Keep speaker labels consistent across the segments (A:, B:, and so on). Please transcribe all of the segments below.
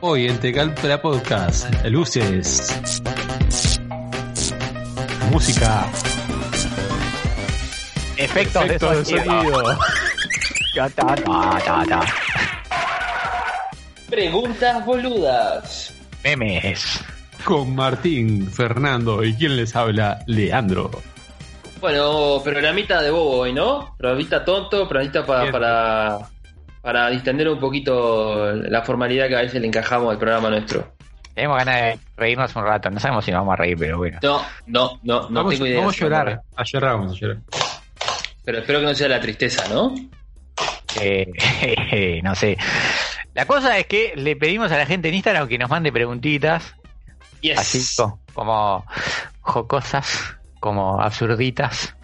A: Hoy en Tecalpla Podcast, luces, música,
B: Efectos,
A: efectos de
B: de sonido.
A: sonido.
B: Ta, ta, ta, ta, ta.
C: Preguntas boludas.
B: Memes.
A: Con Martín, Fernando y quien les habla, Leandro.
C: Bueno, programita de bobo hoy, ¿no? Programita tonto, programita para,
A: Bien.
C: para, para distender un poquito la formalidad que a veces le encajamos al programa nuestro.
B: Tenemos ganas de reírnos un rato. No sabemos si nos vamos a reír, pero bueno.
C: No, no, no, no
A: vamos,
C: tengo idea.
A: vamos a
C: si
A: llorar.
C: vamos
A: A llorar vamos a llorar.
C: a- Pero espero que no sea la tristeza, ¿no?
B: Eh, no sé. La cosa es que le pedimos a la gente en Instagram que nos mande preguntitas.
C: Yes.
B: Así co- como jocosas, como absurditas.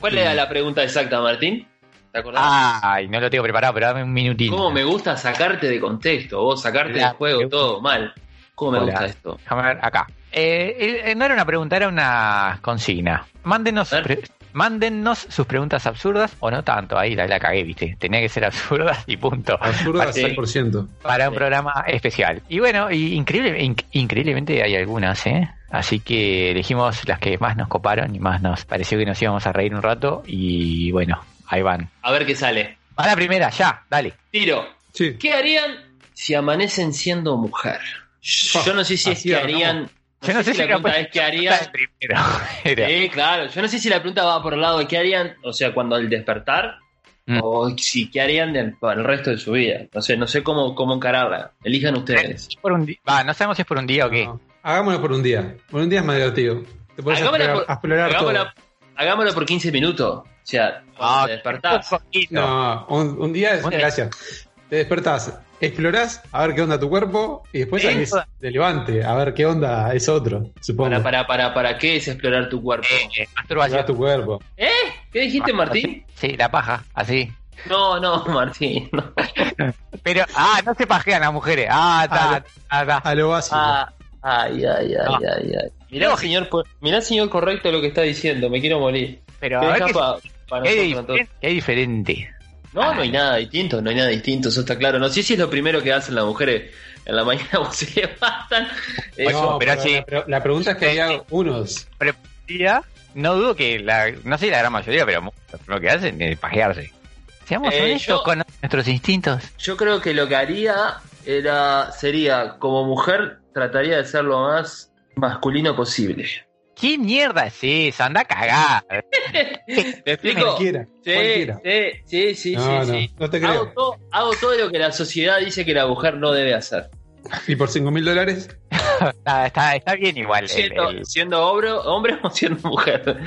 C: ¿Cuál era la pregunta exacta, Martín? ¿Te acordás?
B: Ah, Ay, no lo tengo preparado, pero dame un minutín.
C: ¿Cómo me gusta sacarte de contexto? Vos sacarte
B: La
C: del juego,
B: pregunta.
C: todo mal. ¿Cómo me
B: Hola.
C: gusta esto?
B: Déjame ver, acá. Eh, eh, eh, no era una pregunta, era una consigna. Mándenos,
C: A ver.
B: pre- mándennos sus preguntas absurdas o no tanto. Ahí la, la cagué, viste. Tenía que ser absurdas y punto.
A: Absurdo al
C: Martín.
A: 100%.
B: Para un
C: Sí.
B: programa especial. Y bueno, y increíble, inc- increíblemente hay algunas, ¿eh? Así que elegimos las que más nos coparon y más nos pareció que nos íbamos a reír un rato. Y bueno, ahí van.
C: A ver qué sale.
B: A la primera, ya, dale.
C: Tiro.
A: Sí.
C: ¿Qué harían si amanecen siendo mujer? Yo no sé si es
A: Así
C: que
A: arrancamos.
C: harían.
B: Yo no sé si
C: la
B: capaz-
C: pregunta es qué
B: Dale
C: harían.
B: primero. Era.
C: Eh, claro, yo no sé si la pregunta va por el lado de qué harían, o sea, cuando al despertar,
B: Mm.
C: o si qué harían del- para el resto de su vida. No sé, no sé cómo, cómo encararla. Elijan ustedes.
B: Por un di- Va, no sabemos si es por un día o qué.
A: No. Hagámoslo por un día. Por un día es más divertido. Te podés
C: Hagámosla
A: explorar,
C: por-
A: explorar
C: hagámoslo,
A: todo.
C: hagámoslo por 15 minutos. O sea, cuando
B: Ah,
C: te despertás.
B: un poquito.
A: No, un, un día es.
B: Un día.
A: Gracias. Te despertás, explorás, a ver qué onda tu cuerpo y después
B: Sí.
A: salís de levante, a ver qué onda es otro, supongo.
C: Para, para, para, para qué es explorar tu cuerpo.
B: Eh, eh,
A: Explorás
B: masturbación.
A: tu cuerpo.
C: ¿Eh? ¿Qué dijiste, Martín?
B: Sí, la paja, así.
C: No, no, Martín. no.
B: Pero, ah, no se pajean las mujeres. Ah,
A: Ah,
B: ta, ta, ta.
A: A lo básico.
C: Ah, ay, ay, ay,
B: Ah.
C: ay, ay. Mirá, al señor, po- mirá, al señor, correcto lo que está diciendo. Me quiero morir.
B: Pero,
C: Te
B: a ver
C: deja
B: qué,
C: pa- pa
B: qué
C: nosotros,
B: diferente,
C: entonces.
B: qué diferente.
C: No, no hay nada distinto, no hay nada distinto, eso está claro. No sé si es lo primero que hacen las mujeres en la mañana cuando se levantan. Eh,
A: Eh, No,
C: Eso.
B: pero sí.
A: la, pre- la pregunta es que hay unos.
B: Día, No dudo que, la, no sé la gran mayoría, pero muchos lo que hacen es pajearse. Seamos
C: Eh,
B: honestos
C: yo-
B: con nuestros instintos.
C: Yo creo que lo que haría era sería, como mujer, trataría de ser lo más masculino posible.
B: ¿Qué mierda es esa? Anda a cagar.
C: ¿Me explico?
A: Cualquiera.
C: Sí,
A: cualquiera.
C: sí, sí, sí,
A: no,
C: sí,
A: no,
C: sí.
A: no te
C: Hago,
A: creo.
C: todo, hago todo lo que la sociedad dice que la mujer no debe hacer.
A: ¿Y por 5 mil dólares?
B: Está, está, está bien igual. el-
C: Siendo,
B: el-
C: siendo hombre, hombre o siendo mujer.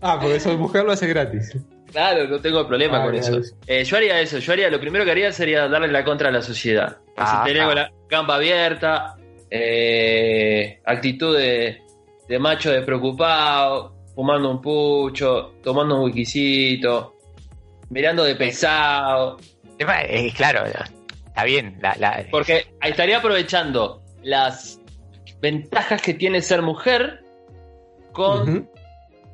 A: Ah, porque soy mujer, lo hace gratis.
C: Claro, no tengo problema
A: Ah,
C: con
A: claro.
C: eso. Eh, yo haría eso, yo haría, lo primero que haría sería darle la contra a la sociedad. Así
B: Ah,
C: tener
B: ah.
C: con la gamba abierta, eh, actitud de, de macho despreocupado, fumando un pucho, tomando un wikisito, mirando de pesado.
B: eh, claro, está bien. La, la-
C: Porque estaría aprovechando las ventajas que tiene ser mujer con
A: Ujú.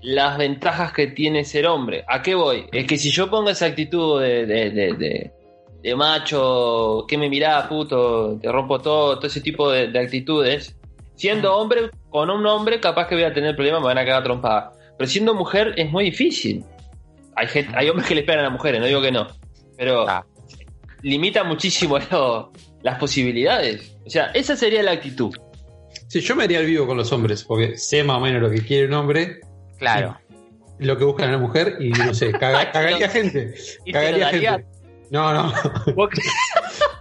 C: las ventajas que tiene ser hombre. ¿A qué voy? Es que si yo pongo esa actitud de, de, de- de- de macho, que me mirá, puto, te rompo todo, todo ese tipo de, de actitudes, siendo hombre, con un hombre capaz que voy a tener problemas, me van a quedar trompada. Pero siendo mujer es muy difícil. Hay, gente- hay hombres que le esperan a las mujeres, no digo que no. Pero
B: Ah.
C: limita muchísimo lo- las posibilidades. O sea, esa sería la actitud.
A: Sí, yo me haría el vivo con los hombres, porque sé más o menos lo que quiere un hombre,
B: Claro.
A: lo que busca una mujer, y no sé, caga- cagaría gente.
C: Y te lo
A: Cagaría
C: daría-
A: gente. No, no,
C: Vos que-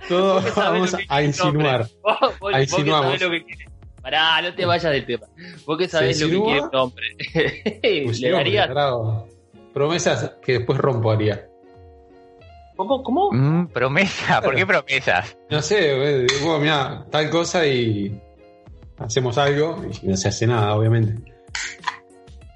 A: todo
C: Vos que sabés
A: vamos
C: lo que
A: a
C: quiere un hombre.
A: insinuar.
C: Vos, vos- vos que
A: insinuamos.
C: sabés lo que quiere. Pará, no te vayas del tema. Vos que sabés
A: Se
C: lo que
A: insinúa.
C: quiere un hombre.
A: Uy, Pues sí, hombre,
C: Le darías.
A: agrado. Promesas que después rompo haría.
C: ¿Cómo? ¿Cómo?
B: Mm, promesa, ¿por qué promesas?
A: No sé, eh, bueno, mira, tal cosa y hacemos algo y no se hace nada, obviamente.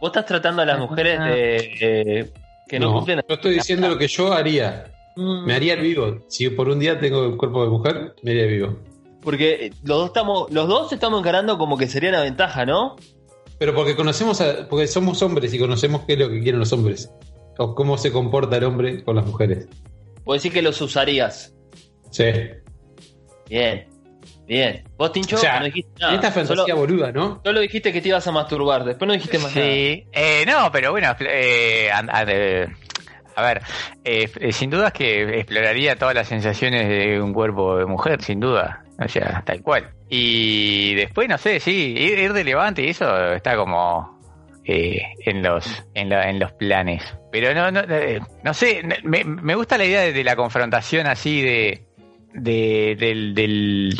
C: Vos estás tratando a las mujeres de. eh, que no, cumplen.
A: yo estoy diciendo lo que yo haría. Me haría el vivo. Si por un día tengo el cuerpo de mujer, me haría el vivo.
C: Porque los dos estamos. Los dos estamos encarando como que sería la ventaja, ¿no?
A: Pero porque conocemos, a- porque somos hombres y conocemos qué es lo que quieren los hombres. O cómo se comporta el hombre con las mujeres.
C: Vos decís que los usarías.
A: Sí.
C: Bien, bien. Vos, Tincho,
A: O sea,
C: no dijiste nada.
A: Esta fantasía
C: solo,
A: boluda, ¿no?
C: solo dijiste que te ibas a masturbar, después no dijiste más nada.
B: Sí, eh, no, pero bueno, eh, and- and- eh, a ver, eh, eh, sin duda es que exploraría todas las sensaciones de un cuerpo de mujer, sin duda, o sea, tal cual. Y después, no sé, sí, ir, ir de levante y eso está como eh, en los en, la- en los planes. Pero no, no, eh, no sé, n- me, me gusta la idea de, de la confrontación así de, de del, del,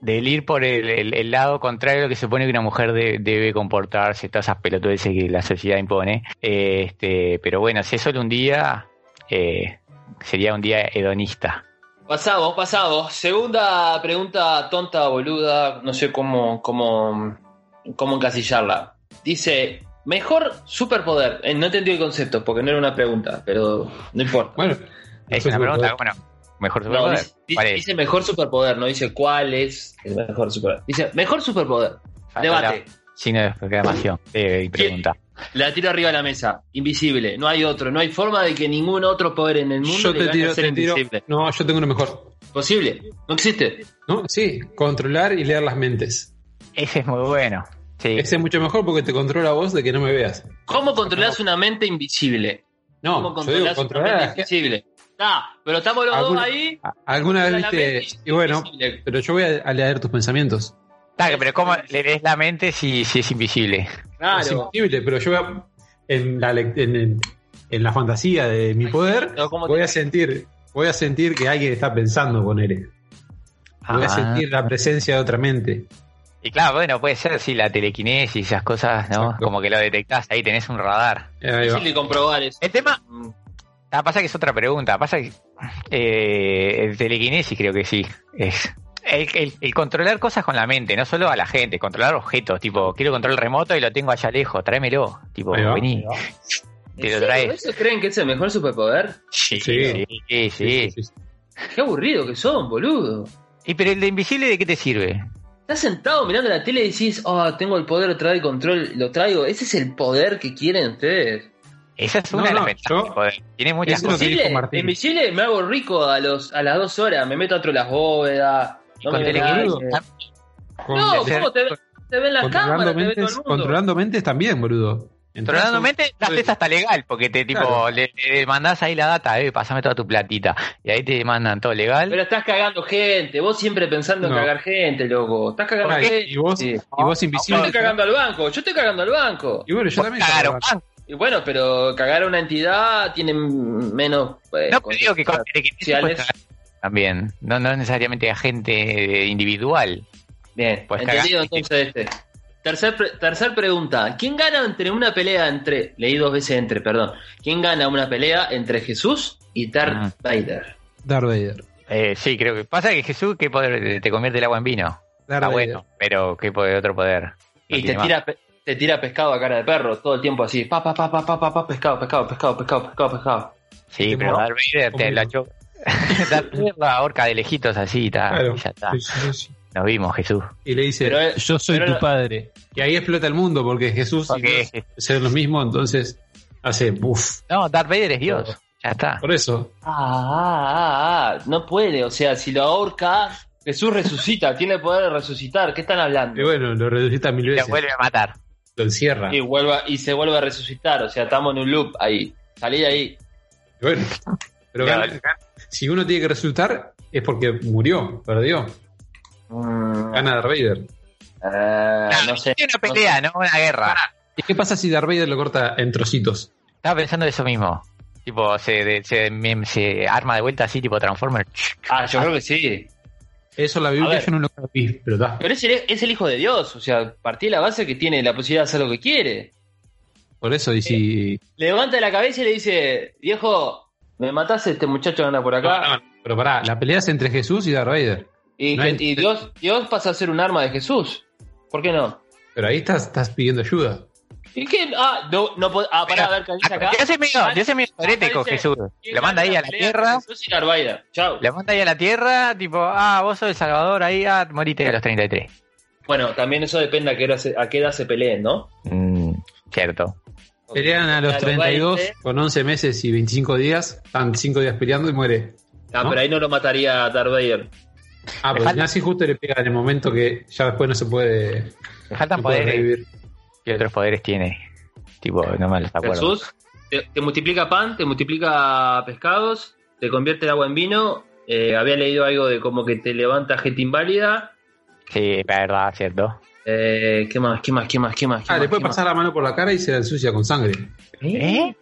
B: del ir por el, el- el lado contrario a lo que se supone que una mujer de- debe comportarse, todas esas pelotudeces que la sociedad impone. Eh, este, pero bueno, si es solo un día, eh, sería un día hedonista.
C: Pasamos, pasamos. Segunda pregunta tonta, boluda, no sé cómo, cómo, cómo encasillarla. Dice, mejor superpoder. Eh, no entendí el concepto porque no era una pregunta, pero no importa.
A: Bueno.
B: Es
A: eso
B: una
A: un
B: pregunta,
A: poder.
B: bueno, mejor
C: No,
B: superpoder.
C: dice, dice-
B: ¿Cuál es?
C: dice mejor superpoder, no dice cuál es el mejor superpoder. Dice mejor superpoder.
A: Ah,
B: Falta
C: Debate.
B: la- Signo de exclamación eh, y pregunta.
C: La tiro arriba de la mesa. Invisible. No hay otro. No hay forma de que ningún otro poder en el mundo
A: Yo
C: le
A: te
C: gane a
A: tiro,
C: ser
A: te tiro.
C: invisible.
A: No, yo tengo uno mejor.
C: Posible. No existe.
A: ¿No? Sí, controlar y leer las mentes.
B: Ese es muy bueno. Sí.
A: Ese es mucho mejor porque te controla vos de que no me veas.
C: ¿Cómo controlas una mente invisible? ¿Cómo
A: No, Ah, yo digo,
C: controlás una
A: controlar. a
C: mente
A: la gente.
C: invisible? Está, pero estamos los
A: Alguna-
C: dos ahí.
A: Alguna vez
C: La mente
A: viste. Y bueno,
C: invisible.
A: pero yo voy a, a leer tus pensamientos.
B: Está, pero ¿cómo le lees la mente si, si es invisible?
A: Es
C: Claro.
A: imposible, pero yo voy a- en la, lec- en, en- en la fantasía de mi poder
C: No, ¿cómo te-
A: voy a sentir voy a sentir que alguien está pensando con él. Voy a
B: Ah.
A: sentir la presencia de otra mente.
B: Y claro, bueno, puede ser, sí, la telequinesis y esas cosas, ¿no?
A: Exacto.
B: Como que lo detectás, ahí tenés un radar.
A: Ahí va.
C: Difícil de comprobar eso.
B: El tema,
C: Mm.
B: ah, pasa que es otra pregunta, pasa que eh, el telequinesis creo que sí, es el, el- el controlar cosas con la mente, no solo a la gente, controlar objetos, tipo, quiero control remoto y lo tengo allá lejos, tráemelo, tipo,
A: Ahí va.
B: vení,
C: ¿En
B: te lo
C: serio?
B: traes.
C: ¿Eso creen que es el mejor superpoder?
B: Sí,
A: Sí.
B: sí, sí,
A: Sí, sí, sí.
C: Qué aburrido que son, boludo.
B: Y pero el de invisible, ¿de qué te sirve?
C: Estás sentado mirando la tele y decís, oh, tengo el poder de traer el control, lo traigo. Ese es el poder que quieren ustedes.
B: Esa es
A: No,
B: una de las
A: no,
B: ventajas,
A: yo-
B: joder. tiene
A: Eso
B: muchas
A: es lo
B: cosas.
A: que dijo
C: Invisible,
A: Martín.
C: invisible me hago rico a los a las dos horas, me meto atrás de las bóvedas.
B: Y
C: no
B: con
C: me ve
B: telequinesis,
C: nadie.
B: ah,
A: Con-
C: No,
A: con-
C: ¿cómo te, ve- te ven las
A: controlando,
C: cámaras? Te ve todo el
A: mentes,
C: mundo.
A: controlando mentes también, boludo. Entrás
B: Controlando
A: un-
B: mente, la
A: Sí.
B: plata está legal, porque te tipo
A: Claro.
B: le, le mandás ahí la data, eh, pasame toda tu platita. Y ahí te mandan todo legal.
C: Pero estás cagando gente, vos siempre pensando en
A: No.
C: cagar gente, loco. Estás cagando
A: Ay,
C: gente.
A: y vos,
C: Sí.
A: y vos
C: Yo
A: invisible.
C: estoy cagando al banco, yo estoy cagando al banco.
A: Y bueno, yo
B: Por
A: también.
B: cagar a un
A: estaba-
B: banco.
C: Y bueno, pero cagar a una entidad tiene menos. eh,
B: No, pero digo que con telequinesis
C: sociales.
B: puedes cagar también. No, no necesariamente a gente eh, individual.
C: Bien,
B: Pues
C: entendido
B: cagaste.
C: entonces este. Tercer, pre- tercer pregunta. ¿Quién gana entre una pelea entre... Leí dos veces entre, perdón. ¿Quién gana una pelea entre Jesús y
B: Ah.
C: Darth Vader?
A: Darth Vader.
B: Eh, sí, creo que. Pasa que Jesús, ¿qué poder? Te convierte el agua en vino.
A: Darth
B: Está
A: Vader.
B: bueno, pero ¿qué poder, otro poder? No
C: Y te
B: tiene más.
C: tira, pe- te tira pescado a cara de perro todo el tiempo así. Pa, pa, pa, pa, pa, pa, pa, pescado, pescado, pescado, pescado, pescado, pescado.
B: Sí,
A: te
B: pero
A: mata.
B: Darth Vader te
A: Conmigo.
B: la cho- Darth Vader la horca de lejitos así, está,
A: Claro.
B: y ya está.
A: Sí, sí, sí.
B: Nos vimos, Jesús.
A: Y le dice,
C: Pero, eh,
D: Yo soy
C: Pero
D: tu
C: la-
D: padre.
A: y ahí explota el mundo porque Jesús y
B: Porque-
A: Dios son lo mismo, entonces hace, uff,
B: No, Darth Vader es Dios. Ya está.
A: por eso.
C: Ah, ah, ah, ah, no puede. O sea, si lo ahorca, Jesús resucita. tiene el poder de resucitar. ¿Qué están
A: Y
C: hablando?
A: bueno, lo reducita mil
B: Y lo
A: veces,
B: vuelve a matar.
A: lo encierra.
C: Y,
A: Y
C: vuelva, y se vuelve a resucitar. O sea, estamos en un loop ahí. Salí de ahí.
A: bueno, pero
B: Ya,
A: gana- si uno tiene que resucitar es porque murió, perdió.
C: Mm.
A: Gana Darth Vader.
C: Ah,
B: Claro,
C: no sé.
B: Es una pelea, no una guerra.
A: ¿Y qué pasa si Darth Vader lo corta en trocitos?
B: Estaba pensando eso mismo. Tipo, se, de- se, me- se arma de vuelta así, tipo Transformer.
C: Ah, yo creo que sí.
A: Eso la Biblia
C: ver.
A: yo no lo vi, pero está.
C: Pero es el, es el hijo de Dios. O sea, partí de la base que tiene la posibilidad de hacer lo que quiere.
A: Por eso, y si...
C: Le levanta la cabeza y le dice, viejo, me matás a este muchacho que anda por acá.
A: No, no, no, pero pará, la pelea es entre Jesús y Darth Vader.
C: y
A: no
C: que-
A: hay-
C: y Dios, Dios pasa a ser un arma de Jesús. ¿Por qué no?
A: Pero ahí estás, estás pidiendo ayuda.
C: ¿Y qué? Ah, no, no pod- ah, pará, a ver, ¿qué dice acá?
B: Yo se medio,
C: Ah,
B: yo se medio sorete con
C: dice-
B: Jesús. Lo manda ahí a la
C: Pelea de
B: tierra.
C: Jesús y Darth Vader. Chau.
B: Lo manda ahí a la tierra, tipo, ah, vos sos el Salvador, ahí, ah, morite a los 33.
C: Bueno, también eso depende a qué, hora se- a qué edad se peleen, ¿no?
B: Mm, cierto.
A: Pelean a los
C: Claro,
A: 32
C: Vader. ¿eh?
A: con 11 meses y 25 días. Están 5 días peleando y muere.
C: Ah,
A: ¿No?
C: pero ahí no lo mataría Darth Vader.
A: Ah,
B: Le
A: pues
B: falta-
A: Nazi justo le pega en el momento que ya después no se puede,
B: Le faltan
A: no puede
C: ¿eh?
B: poderes.
A: revivir.
B: ¿Qué otros poderes tiene? Tipo, no me los acuerdo.
C: Jesús te, te multiplica pan, te multiplica pescados, te convierte el agua en vino. eh, había leído algo de como que te levanta gente inválida.
B: Sí, es verdad, cierto.
C: Eh, ¿Qué más? ¿Qué más? ¿Qué más? ¿Qué más? ¿Qué
A: Ah,
C: más?
A: le puede
C: ¿Qué más?
A: pasar la mano por la cara y se la ensucia con sangre.
B: ¿Eh?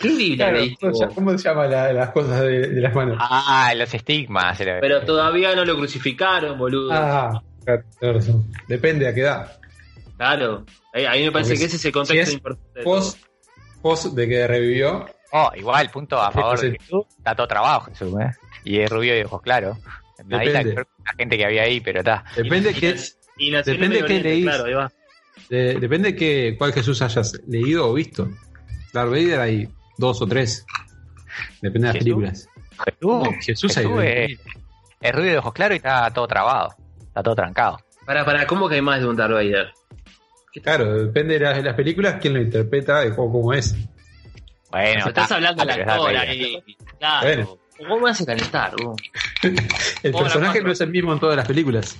C: ¿Qué Biblia
A: Claro, pues
C: leíste
A: ¿cómo se-
C: vos?
A: ¿Cómo se llama la- las cosas de, de las manos?
B: Ah, los estigmas. era-
C: Pero todavía no lo crucificaron, boludo.
A: Ah, claro, tenés razón. Depende a qué edad.
C: Claro. Ahí, ahí me parece
A: Porque
C: que ese es el contexto
A: si es
C: importante. de
A: Post, post de que revivió.
B: Oh, igual, punto a favor
A: Sí,
B: de
A: sí.
B: Jesús. Está todo trabajo, Jesús. ¿eh? Y es rubio y ojos claros. Ahí está
A: Depende.
B: creo que la gente que había ahí, pero está.
A: Depende
C: Y-
A: qué,
C: Y nació en
A: Depende
C: el Medio
A: qué
C: Oriente,
A: leís.
C: Claro, ahí va.
A: de- depende qué, cuál Jesús hayas leído o visto. Darth Vader hay dos o tres. Depende de las
B: ¿Jesús?
A: películas.
B: Jesús,
A: No, Jesús hay
B: Jesús es, es rubio de ojos claros y está todo trabado. Está todo trancado.
C: Para, para, ¿cómo que hay más de un Darth Vader?
A: Claro, depende de las, de las películas, quién lo interpreta y cómo, cómo es.
B: Bueno,
C: estás
B: está-
C: hablando de
B: está, pero
C: la
B: está
C: actora
B: rey.
C: ahí. Claro.
A: Bueno.
C: ¿Cómo me hace calentar? vos?
A: El
C: Hola,
A: personaje
C: Juanjo.
A: no es el mismo en todas las películas.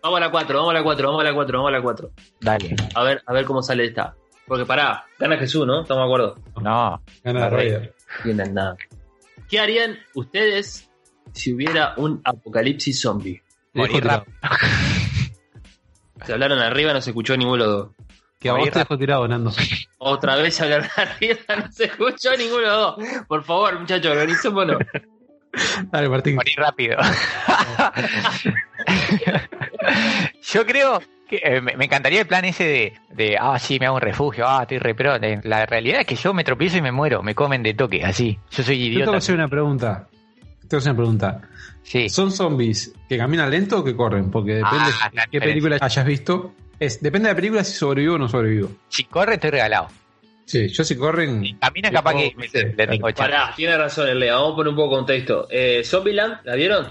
C: Vamos a la 4, vamos a la 4, vamos a la 4, vamos a la 4.
B: Dale.
C: A ver, a ver cómo sale esta. Porque pará, gana Jesús, ¿no? Estamos de acuerdo.
B: No.
A: Gana Darth
B: Rey.
A: Vader.
C: No entienden nada. ¿Qué harían ustedes si hubiera un apocalipsis zombie?
B: Morir
A: Dejo tirado.
C: Se hablaron arriba, no se escuchó ninguno de los dos.
A: Que a vos
B: Morir
A: te dejó tirado, Nando.
C: Otra vez se hablaron arriba, no se escuchó ninguno de los dos. Por favor, muchachos, organizémonos.
A: Dale, Martín.
B: Morir rápido. Yo creo que eh, me me encantaría el plan ese de, de, ah, sí, me hago un refugio, ah, estoy re pro. Eh, La realidad es que yo me tropiezo y me muero, me comen de toque, así. Yo soy
A: Yo te voy a
B: idiota.
A: hacer una pregunta. Te voy a hacer una pregunta.
B: Sí.
A: ¿Son zombies que caminan lento o que corren? Porque depende
B: Ah, la
A: de qué
B: diferencia.
A: película hayas visto. Es, depende de la película si sobrevivo o no sobrevivo.
B: Si corre, estoy regalado.
A: Sí, yo si corren.
B: Si camina,
A: Sí,
B: capaz
A: no,
B: que
A: no
B: me-
A: sé,
B: le
A: claro.
B: tengo chance.
C: Pará, tiene razón el Lea, vamos a poner un poco de contexto. Eh, Zombieland, ¿la vieron?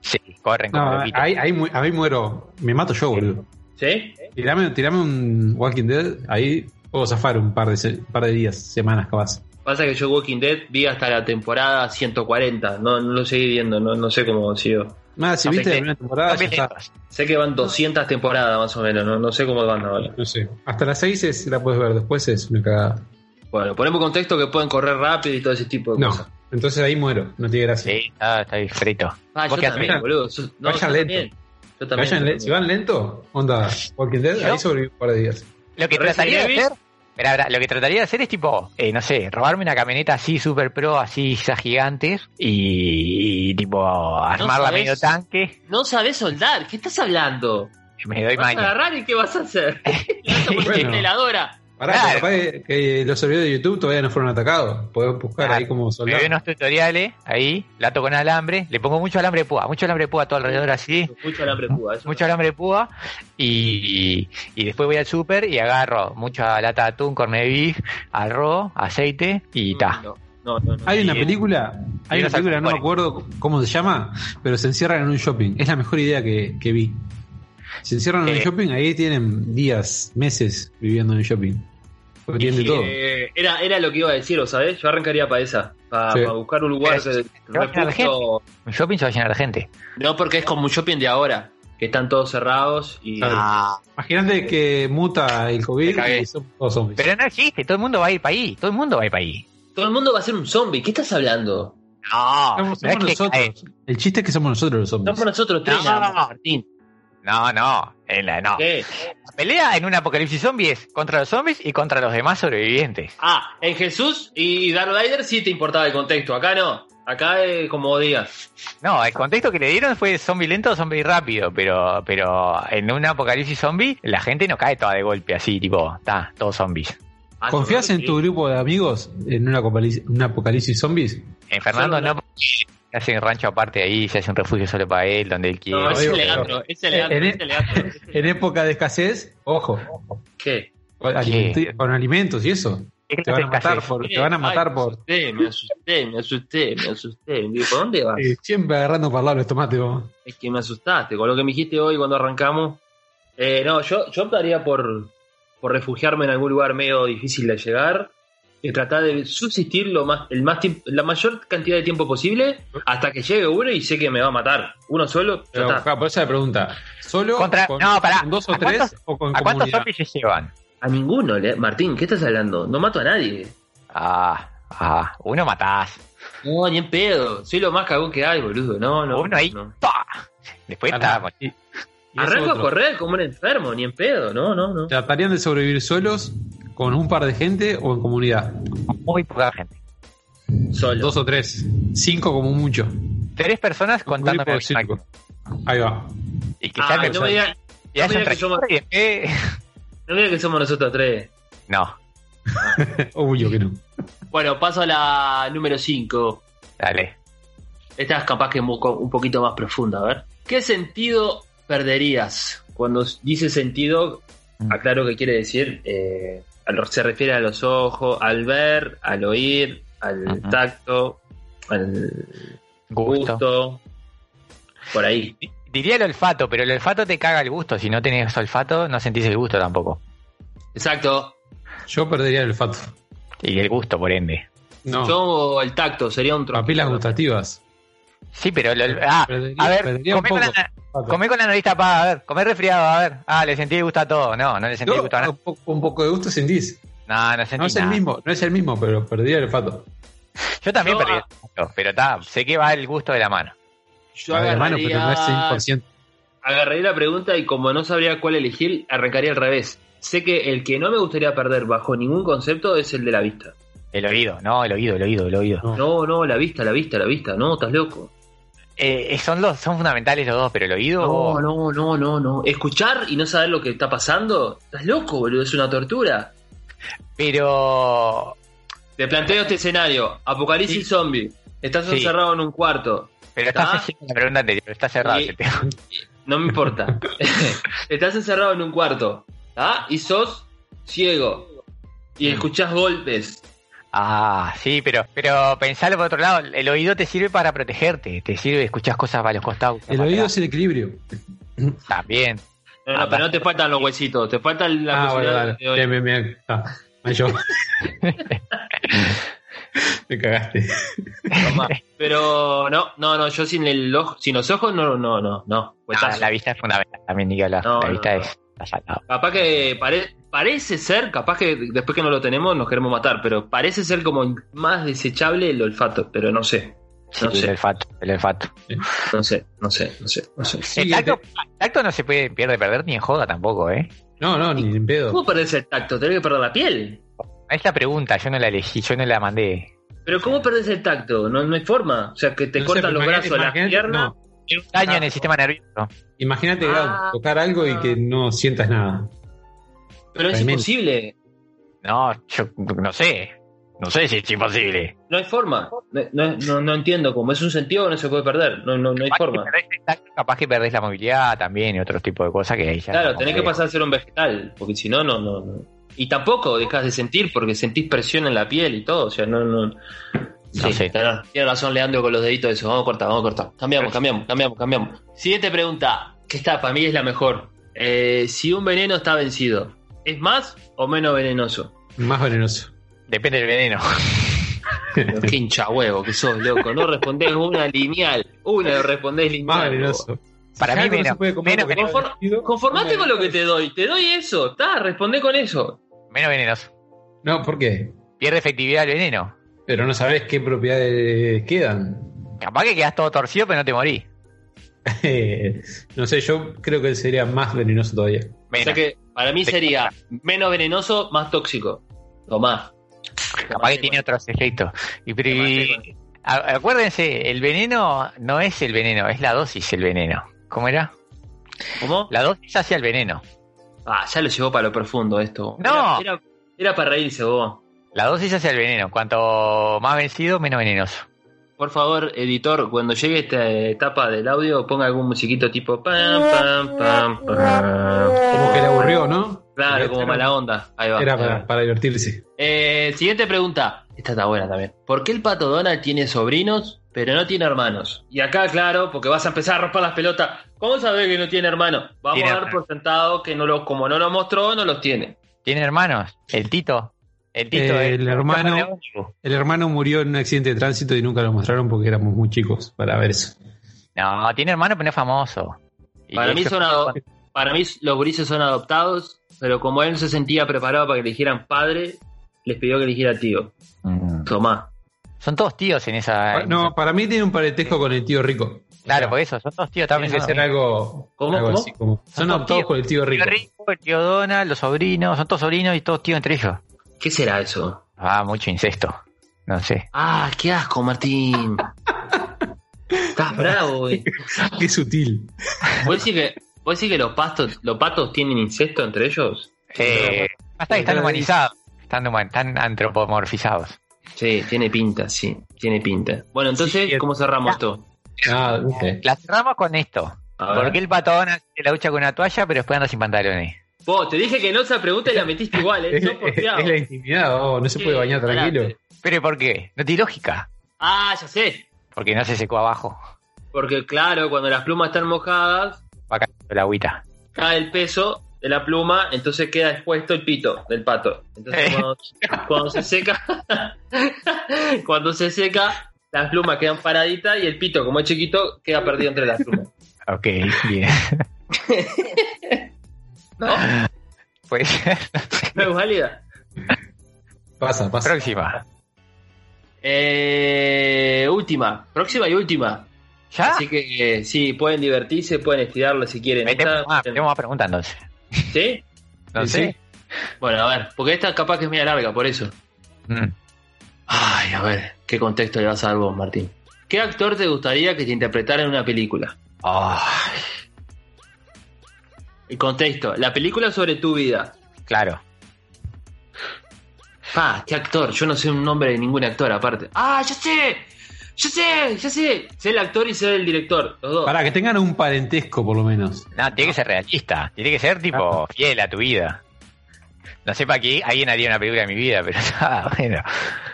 B: Sí, corren como
A: No,
B: loquitos.
A: ahí, ahí mu- ahí muero. Me mato yo, boludo.
C: ¿Sí?
A: Tirame, tirame un Walking Dead. Ahí puedo zafar un par de, se- par de días, semanas capaz.
C: Pasa que yo Walking Dead vi hasta la temporada 140, no, no lo seguí viendo, no, no sé cómo siguió.
A: Nada, si
B: No,
A: viste la
B: viste.
A: primera
B: No
A: temporada,
B: me
A: ya está.
B: leas.
C: Sé que van 200 temporadas más o menos, no, no sé cómo van ahora.
A: No sé. Hasta las 6 es, la puedes ver, después es una cagada.
C: Bueno, ponemos contexto que pueden correr rápido y todo ese tipo de
A: No,
C: cosas.
A: entonces ahí muero, no tiene gracia.
B: Sí, está, está ahí frito.
C: Ah, yo
B: Porque
C: también,
A: vayan-
C: boludo. yo- no,
A: vayan
C: yo
A: lento.
C: también. Yo
A: Vayan
C: también. yo
A: le-
C: también.
A: si van lento, onda Walking Dead,
B: ¿Yo?
A: ahí sobrevivo un par de días.
B: Lo que
C: Pero
B: trataría de
C: Resident
B: hacer. Esperá, esperá, lo que trataría de hacer es tipo, eh, no sé, robarme una camioneta así super pro, así esas gigantes, y, y, tipo armarla
C: sabés.
B: medio tanque,
C: No sabés soldar, ¿qué estás hablando?
B: me doy
C: ¿Vas a
B: maña.
C: agarrar y qué vas a hacer? Le vas a poner
A: Bueno.
C: una heladora.
A: Pará,
B: Claro.
A: capaz que, que los servidores de YouTube todavía no fueron atacados. Podés buscar
B: Claro.
A: ahí como
B: Me
A: soldado.
B: doy unos tutoriales, ahí, lato con alambre, le pongo mucho alambre de púa, mucho alambre de púa a todo alrededor así,
C: Mucho alambre púa. eso.
B: mucho alambre de púa, y, y después voy al súper y agarro mucha lata de atún, corned beef, arroz, aceite, y ta.
C: No, no, no. no.
A: Hay una
B: Y-
A: película, hay
B: y
A: una
B: unos
A: película, no me
B: alcoholes.
A: acuerdo cómo se llama, pero se encierran en un shopping. Es la mejor idea que, que vi. Se encierran en un
B: Eh.
A: shopping, ahí tienen días, meses viviendo en un shopping. Porque tienen de todo.
C: Eh, era, era lo que iba a decir, ¿o sabés? Yo arrancaría para esa, para
A: Sí.
C: buscar un lugar
B: Pero,
C: que
B: va a llenar de
C: refugio-
B: Un shopping se va a llenar de gente.
C: No, porque es como un shopping de ahora, que están todos cerrados y... Ah.
A: Claro.
B: Ah,
A: Imagínate que muta el COVID
C: Me cagué.
A: y son todos zombies.
B: Pero no existe, todo el mundo va a ir para ahí, todo el mundo va a ir para ahí.
C: Todo el mundo va a ser un zombie, ¿qué estás hablando?
B: No,
A: Somos,
B: no es
A: somos
B: que- eh,
A: nosotros. El chiste es que somos nosotros los zombies.
C: Somos nosotros tres,
B: No.
C: nada más, Martín.
B: no, no, en la- no.
C: ¿Qué?
B: La pelea en un apocalipsis zombie es contra los zombies y contra los demás sobrevivientes.
C: Ah, en Jesús y Darth Vader sí te importaba el contexto, acá no. Acá es como digas.
B: No, el contexto que le dieron fue zombie lento o zombie rápido, pero, pero en un apocalipsis zombie la gente no cae toda de golpe así, tipo, está, todos zombies.
C: Ah,
A: ¿Confías
C: no,
A: en
C: sí.
A: tu grupo de amigos en una apocalipsis, un apocalipsis zombies?
B: En Eh, Fernando
C: Solo
B: no, porque se hace un rancho aparte ahí, se hace un refugio solo para él, donde él quiere.
C: No, es
A: digo,
C: el Leandro, es el
A: en-
C: Leandro, es el Leandro.
A: En época de escasez, ojo,
C: ¿Qué?
A: con, alimenti- con alimentos y eso.
B: ¿Qué
A: Te van a
B: clase de
A: matar
B: escasez?
A: por, te van a
C: Ay,
A: matar
C: me
A: por.
C: asusté, me asusté, me asusté, me asusté. Digo, ¿por dónde vas?
A: Eh, siempre agarrando para el lado los tomates, vos.
C: Es que me asustaste con lo que me dijiste hoy cuando arrancamos. Eh, no, yo, yo optaría por, por refugiarme en algún lugar medio difícil de llegar. y tratar de subsistir lo más, el más tiemp- la mayor cantidad de tiempo posible hasta que llegue uno y sé que me va a matar. Uno solo, ya
A: Pero,
C: está.
A: claro, por eso la pregunta. ¿Solo
B: Contra-
A: con,
B: no, pará.
A: con dos o
B: ¿A
A: tres
B: cuántos-
A: o con
B: ¿A cuántos
A: comunidad?
B: zombies se llevan?
C: A ninguno, le- Martín, ¿qué estás hablando? No mato a nadie.
B: Ah, ah, uno matás.
C: No, ni en pedo. Soy lo más cagón que hay, boludo. No, no.
B: uno ahí.
C: no.
B: ¡pa! Después está.
A: Claro. Y- y eso
C: Arranco a
A: otro.
C: correr como un enfermo, ni en pedo. No, no, no.
A: ¿Tratarían de sobrevivir solos con un par de gente o en comunidad?
B: muy poca gente.
C: Solo.
A: Dos o tres. Cinco como mucho.
B: Tres personas contando
A: Grupo de cinco. Ahí va.
B: Y que
C: Ah,
B: salga el
C: no me
B: sol.
C: digas
B: Y hacen
C: no me digas que yo-
B: trayectoria y después-
C: no me digas que somos nosotros tres.
B: Eh, No,
A: Obvio que no.
E: Bueno, paso a la número 5.
B: dale.
E: Esta es capaz que un poco- un poquito más profunda, a ver.
C: ¿Qué sentido perderías? Cuando dice sentido,
A: Mm.
C: aclaro que quiere decir, eh, al- se refiere a los ojos, al ver, al oír, al
B: Ajá.
C: tacto, al gusto.
B: Gusto.
C: Por ahí.
B: Diría el olfato, pero el olfato te caga el gusto. Si no tenés olfato, no sentís el gusto tampoco.
E: Exacto.
A: Yo perdería el olfato.
B: Y el gusto, por ende.
A: No.
E: Yo el tacto, sería un tronco.
A: Papilas gustativas.
B: Sí, pero el ol- ah,
A: Perdería-
B: a ver,
A: perdería
B: comé
A: un
B: con, la,
A: poco.
B: na- comé con la nariz tapada, a ver, comé resfriado, a ver. Ah, le sentí el gusto a todo. No, no le sentí el
A: No,
B: gusto a nada.
A: un poco- un poco de gusto sentís.
B: No, no sentí
A: No es el
B: nada.
A: mismo, no es el mismo, pero perdería el olfato.
B: Yo también
E: Yo-
B: perdí el gusto, pero está, sé que va el gusto de la mano.
C: Yo
A: A ver, hermano, pero no es
C: agarraría,
A: 100%.
C: agarraría la pregunta y como no sabría cuál elegir, arrancaría al revés. Sé que el que no me gustaría perder bajo ningún concepto es el de la vista.
B: El oído, no, el oído, el oído, el oído.
A: No.
C: No, no, la vista, la vista, la vista. No, estás loco.
B: Eh, eh, son los, son fundamentales los dos, pero el oído.
C: No, no, no, no, no. Escuchar y no saber lo que está pasando, estás loco, boludo, es una tortura.
B: Pero.
C: Te planteo este escenario, apocalipsis zombie, estás
B: Sí.
C: encerrado en un cuarto,
B: Pero está
C: Ah.
B: haciendo la pregunta anterior, está cerrado
C: Sí.
B: ese tema.
C: no me importa. estás encerrado en un cuarto, ¿ah? Y sos ciego y escuchás golpes.
B: Ah, sí, pero, pero pensalo por otro lado, el oído te sirve para protegerte, te sirve, escuchas cosas para los costados.
A: El
B: para
A: oído
B: atrás.
A: es el equilibrio.
B: También.
C: No, no,
B: Ah,
C: pero no te faltan los huesitos, te faltan las
A: Ah, bueno,
C: posibilidades
A: dale.
C: de oír.
A: Bien, bien, bien. Ah, ahí yo. Me cagaste.
C: Tomá. Pero no, no, no, yo sin el ojo, sin los ojos no, no, no, no.
B: Ah,
C: Huesazo.
B: la vista es fundamental, también ni que hablar.
C: No,
B: la
C: no,
B: vista
C: no.
B: es. está salado.
C: Capaz que pare- parece ser, capaz que después que no lo tenemos nos queremos matar, pero parece ser como más desechable el olfato, pero no sé,
B: Sí,
C: No sé.
B: el olfato, el olfato.
C: no sé, no sé, no sé, no sé.
B: El
A: Siguiente.
B: tacto, el tacto no se puede pierde perder ni en joda tampoco, ¿eh?
A: No, no, ni en pedo.
C: ¿Cómo perdés el tacto? Tenés que perder la piel.
B: Es la pregunta, yo no la elegí, yo no la mandé.
C: Pero ¿cómo perdés el tacto? No, no hay forma. O sea, que te
A: No sé, pues
C: cortan los
A: imagínate-
C: brazos, las
A: imagínate-
C: piernas.
A: no.
B: Daño en el sistema nervioso.
A: Imagínate
C: Ah.
A: Grau, tocar algo y que no sientas nada.
C: pero es
A: tremendo.
C: imposible.
B: No, yo no sé. No sé si es imposible.
C: No hay forma. No, no- no- no entiendo cómo. Es un sentido que no se puede perder. No, no, no hay
B: Capaz que
C: forma.
B: perdés el tacto, capaz que perdés la movilidad también y otro tipo de cosas que ahí ya.
C: Claro,
B: no
C: tenés que
B: sé.
C: pasar a ser un vegetal, porque si no, no, no, no. Y tampoco dejas de sentir porque sentís presión en la piel y todo, o sea, no, no. Sí,
B: sé.
C: tenés- Tiene razón Leandro con los deditos de eso. Vamos a cortar, vamos a cortar. Cambiamos, cambiamos, cambiamos, cambiamos. Siguiente pregunta, que esta para mí es la mejor. Eh, si un veneno está vencido, ¿es más o menos venenoso?
A: Más venenoso.
B: Depende del veneno.
C: Pero Qué hincha huevo que sos, loco. No respondés una lineal. Una respondés
A: Más
C: lineal. loco.
A: venenoso.
B: Para
A: Si
B: mí
A: algo no
B: menos-
A: se puede comer
B: menos
A: porque está
C: venenoso.
A: vencido,
C: Conformate
A: más
C: con lo que
A: venenoso.
C: te doy. Te doy eso. Está, respondé con eso.
B: Menos venenoso.
A: No, ¿por qué?
B: Pierde efectividad el veneno.
A: Pero no sabes qué propiedades quedan.
B: Capaz que quedás todo torcido, pero no te morís.
A: no sé, yo creo que él sería más venenoso todavía.
C: O sea
B: Menos.
C: que para mí
B: Te-
C: sería menos venenoso, más tóxico. O más.
B: Capaz que tiene otros efectos. Y, pero- y- a- acuérdense, el veneno no es el veneno, es la dosis el veneno. ¿Cómo era?
C: ¿Cómo?
B: La dosis hacia el veneno.
C: Ah, ya lo llevó para lo profundo esto.
B: No.
C: Era, era- era para reírse vos.
B: La dosis hacia el veneno. Cuanto más vencido, menos venenoso.
C: Por favor, editor, cuando llegue esta etapa del audio, ponga algún musiquito tipo pam, pam, pam, pam.
A: Como que le aburrió, ¿no?
C: Claro, como mala onda. Ahí va.
A: Era
C: ahí va.
A: para, para divertirse.
C: Eh, siguiente pregunta. Esta está buena también. ¿Por qué el pato Donald tiene sobrinos, pero no tiene hermanos? Y acá, claro, porque vas a empezar a romper las pelotas. ¿Cómo sabes que no tiene hermanos? Vamos
B: Tiene
C: a dar
B: hermanos.
C: por sentado que no lo, como no lo mostró, no los tiene.
B: ¿Tiene hermanos? ¿El Tito? El Tito
A: Eh,
B: es-
A: el hermano-
B: está con
A: El hermano murió en un accidente de tránsito y nunca lo mostraron porque éramos muy chicos para ver eso.
B: No, tiene hermano, pero no es famoso. Y
C: Para mí,
B: eso-
C: son ado- para mí los gurises son adoptados, pero como él no se sentía preparado para que eligieran padre, les pidió que eligiera tío.
B: Mm.
C: Tomá.
B: Son todos tíos en esa. en
A: Ah, No,
B: esa-
A: para mí tiene un parentesco con el tío rico.
B: claro, por eso, son todos tíos
A: Tiene
B: también.
A: que ser algo,
C: ¿Cómo,
A: algo
C: cómo?
A: así como- Son
B: Son
A: adoptados
B: tíos.
A: por el tío
B: El tío
A: rico.
B: rico, el tío Donald, los sobrinos, son todos sobrinos y todos tíos entre ellos.
C: ¿Qué será eso?
B: Ah, mucho incesto. No sé.
C: Ah, qué asco, Martín. Estás bravo, eh. güey.
A: Qué sutil.
C: ¿Vos decís que, vos decís que los, pastos, los patos tienen incesto entre ellos?
B: Eh, hasta que están
A: Pero-
B: humanizados. Están, human- están antropomorfizados.
C: Sí, tiene pinta, sí, tiene pinta. Bueno, entonces,
A: Sí,
C: ¿cómo cerramos esto?
A: Ah, ok.
B: La cerramos con esto.
C: A ver.
B: ¿Por qué el patadón hace la ducha con una toalla, pero después anda sin pantalones?
C: Vos, te dije que no esa pregunta y la metiste igual, ¿eh?
A: Es,
C: Sos
A: es-
C: porfiado.
A: es la intimidad, oh, no se puede
C: Sí,
A: bañar tranquilo.
C: parate.
B: ¿Pero por qué? No tiene lógica.
C: Ah, ya sé.
B: Porque no se secó abajo.
C: Porque claro, cuando las plumas están mojadas,
B: Va cayendo la agüita.
C: cae el peso de la pluma, entonces queda expuesto el pito del pato. Entonces
B: Eh.
C: cuando, cuando se seca, cuando se seca, las plumas quedan paraditas y el pito, como es chiquito, queda perdido entre las plumas.
B: Ok, bien.
C: ¿No?
B: Puede ser.
C: ¿No es válida?
A: Pasa, pasa.
B: Próxima.
C: Eh, última, próxima y última.
B: ¿Ya?
C: Así que eh, sí, pueden divertirse, pueden estirarla si quieren.
B: Metemos
C: Esta-
B: más, metemos más preguntas entonces.
C: ¿Sí?
B: No
A: Sí,
B: sé.
C: Bueno, a ver, porque esta capaz que es media larga, por eso.
B: Mm.
C: Ay, a ver, ¿qué contexto le vas a dar vos, Martín? ¿Qué actor te gustaría que te interpretara en una película?
B: Ah,
C: El contexto, la película sobre tu vida.
B: claro.
C: Pa, ¿qué actor? Yo no sé un nombre de ningún actor aparte. ¡Ah, ya sé! ¡Ya sé! ¡Ya sé! Sé el actor y sé el director, los dos.
A: Para que tengan un parentesco por lo menos.
B: No, tiene que ser realista. Tiene que ser tipo fiel a tu vida. No sé para qué alguien haría una película de mi vida, pero ah, bueno.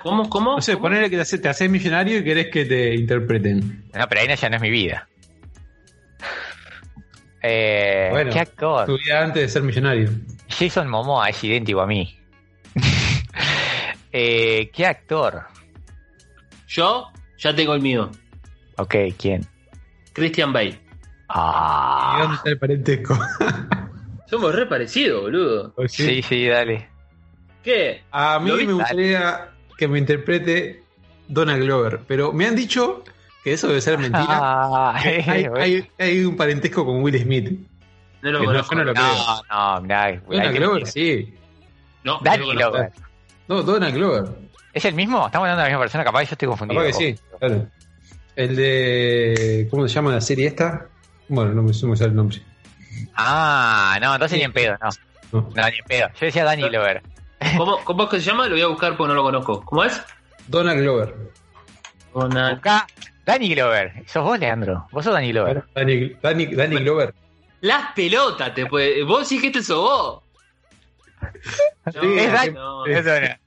C: ¿Cómo, cómo?
A: No sé, ponele que te haces, te haces millonario y querés que te interpreten.
B: No, pero ahí no, ya no es mi vida. Eh,
A: Bueno,
B: ¿Qué actor?
A: Tu vida antes de ser millonario.
B: Jason Momoa es idéntico a mí. Eh, ¿Qué actor?
C: Yo ya tengo el mío.
B: Ok, ¿quién?
C: Christian Bale.
A: ¿Y
B: Ah,
A: dónde está el parentesco?
C: Somos re parecidos, boludo.
A: ¿O sí?
B: sí, sí, dale.
C: ¿Qué?
A: A
C: ¿Lo
A: mí
C: viste?
A: me gustaría que me interprete Donald Glover, pero me han dicho que eso debe ser mentira.
B: Ah, eh,
A: Hay,
B: bueno.
A: hay- hay un parentesco con Will Smith. Que
C: No lo
A: no,
C: conozco.
A: yo no lo creo.
B: No, no, mirá, hay
A: Donald
B: que-
A: Glover, sí.
C: No, no
B: Danny
C: lo conozco.
B: Glover.
A: No, Donald Glover.
B: ¿Es el mismo? ¿Estamos hablando de la misma persona? Capaz que yo estoy confundido.
A: Capaz que sí, claro. El de. ¿Cómo se llama la serie esta? Bueno, no me sumo ya el nombre.
B: Ah, no, entonces ni en pedo, no.
A: No.
B: No, ni en pedo. Yo decía Danny Glover.
C: ¿Cómo, ¿Cómo es que se llama? Lo voy a buscar porque no lo conozco. ¿Cómo es?
A: Donald Glover.
C: Donald-
B: Buscá Danny Glover. ¿Sos vos, Leandro? ¿Vos sos Danny Glover?
A: Danny, Danny- Danny Glover.
C: Las pelotas, te puede. Vos sí que te sobó.
B: es Dani.
C: no.
A: Sí.
B: Eso era.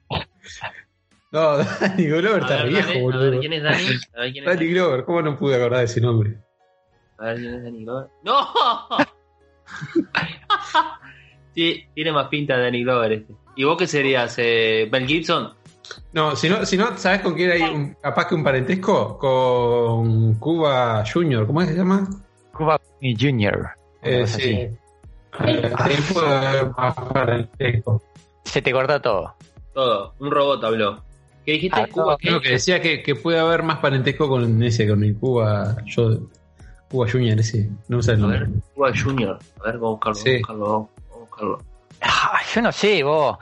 A: No, Danny Glover
C: A
A: está
C: ver,
A: viejo,
C: Dani, a ver,
A: boludo.
C: ¿quién es Dani? A ver, ¿quién es
A: Danny
C: Dani?
A: Glover, ¿cómo no pude acordar de ese nombre?
C: A ver, ¿quién es Dani Glover? ¡No! sí, tiene más pinta de Dani Glover este. ¿Y vos qué serías? Eh, ¿Mel Gibson?
A: No, si no, si no ¿sabes con quién hay un- capaz que un parentesco? Con Cuba Junior, ¿cómo es que se llama?
B: Cuba Gooding Jr. Una
A: Eh,
B: cosa
A: sí.
B: así.
A: Eh, ahí puede haber más parentesco.
B: Se te cortó todo.
C: Todo. Un robot habló. ¿Qué dijiste?
B: Ah,
C: Cuba,
B: no,
C: ¿qué?
A: Creo que decía que, que puede haber más parentesco con ese, con el Cuba, yo, Cuba Junior, ese. No sé el
C: A
A: nombre.
C: ver, Cuba Junior. A ver, vamos a buscarlo,
A: Sí.
C: vamos a buscarlo, vamos a buscarlo.
B: Ah, yo no sé, vos.